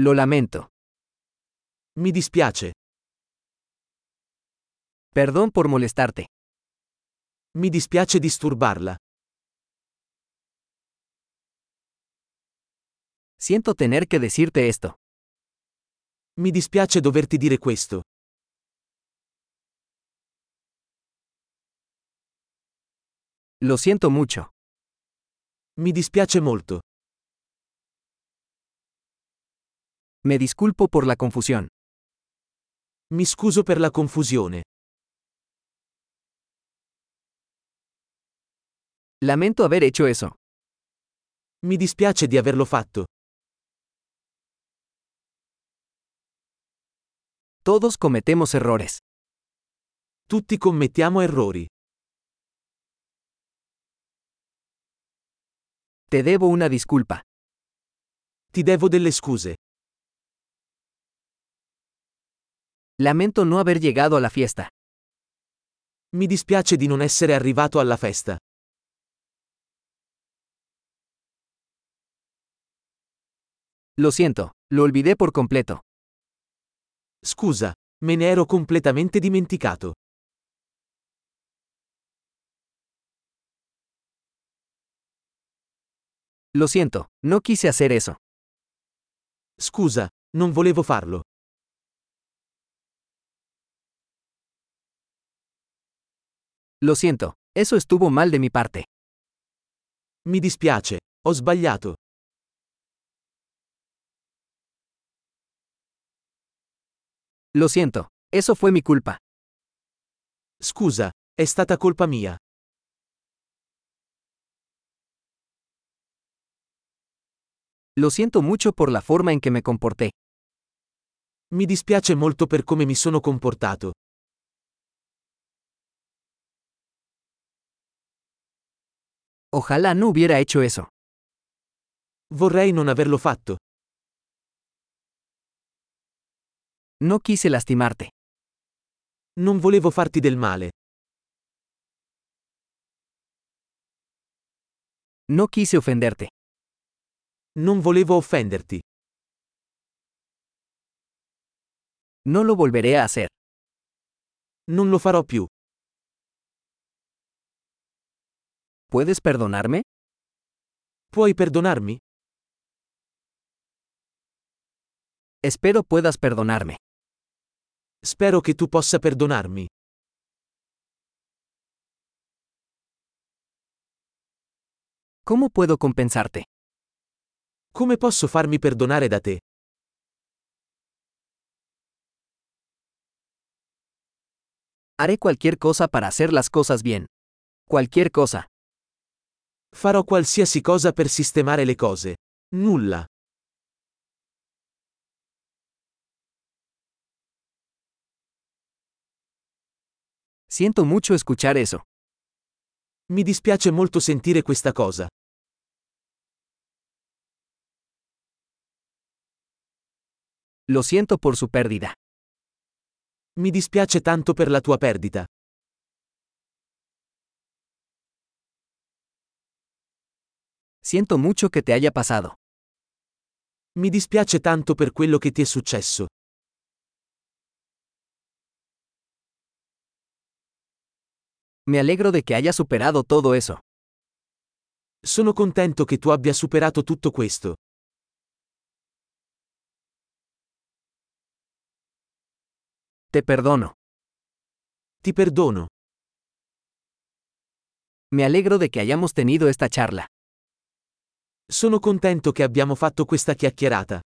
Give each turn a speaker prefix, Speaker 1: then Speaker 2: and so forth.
Speaker 1: Lo lamento.
Speaker 2: Mi dispiace.
Speaker 1: Perdón por molestarte.
Speaker 2: Mi dispiace disturbarla.
Speaker 1: Siento tener que decirte esto.
Speaker 2: Mi dispiace doverti dire questo.
Speaker 1: Lo siento mucho.
Speaker 2: Mi dispiace molto.
Speaker 1: Me disculpo por la confusión.
Speaker 2: Mi scuso per la confusione.
Speaker 1: Lamento haber hecho eso.
Speaker 2: Mi dispiace di averlo fatto.
Speaker 1: Todos cometemos errores.
Speaker 2: Tutti commettiamo errori.
Speaker 1: Te debo una disculpa.
Speaker 2: Ti devo delle scuse.
Speaker 1: Lamento no haber llegado a la fiesta.
Speaker 2: Mi dispiace di non essere arrivato alla festa.
Speaker 1: Lo siento, lo olvidé por completo.
Speaker 2: Scusa, me ne ero completamente dimenticato.
Speaker 1: Lo siento, no quise hacer eso.
Speaker 2: Scusa, non volevo farlo.
Speaker 1: Lo siento, eso estuvo mal de mi parte.
Speaker 2: Mi dispiace, ho sbagliato.
Speaker 1: Lo siento, eso fue mi culpa.
Speaker 2: Scusa, è stata colpa mia.
Speaker 1: Lo siento mucho por la forma en que me comporté.
Speaker 2: Mi dispiace molto per come mi sono comportato.
Speaker 1: Ojalá no hubiera hecho eso.
Speaker 2: Vorrei non averlo fatto.
Speaker 1: No quise lastimarte.
Speaker 2: Non volevo farti del male.
Speaker 1: No quise ofenderte.
Speaker 2: Non volevo offenderti.
Speaker 1: No lo volveré a hacer.
Speaker 2: Non lo farò più.
Speaker 1: ¿Puedes perdonarme?
Speaker 2: Puoi perdonarmi?
Speaker 1: Espero puedas perdonarme.
Speaker 2: Spero che tu possa perdonarmi.
Speaker 1: ¿Cómo puedo compensarte?
Speaker 2: Come posso farmi perdonare da te?
Speaker 1: Haré cualquier cosa para hacer las cosas bien. Cualquier cosa.
Speaker 2: Farò qualsiasi cosa per sistemare le cose. Nulla.
Speaker 1: Siento mucho escuchar eso.
Speaker 2: Mi dispiace molto sentire questa cosa.
Speaker 1: Lo siento por su pérdida.
Speaker 2: Mi dispiace tanto per la tua perdita.
Speaker 1: Siento mucho que te haya pasado.
Speaker 2: Mi dispiace tanto per quello che ti è successo.
Speaker 1: Me alegro de que haya superado todo eso.
Speaker 2: Sono contento che tu abbia superato tutto questo.
Speaker 1: Te perdono.
Speaker 2: Ti perdono.
Speaker 1: Me alegro de que hayamos tenido esta charla.
Speaker 2: Sono contento che abbiamo fatto questa chiacchierata.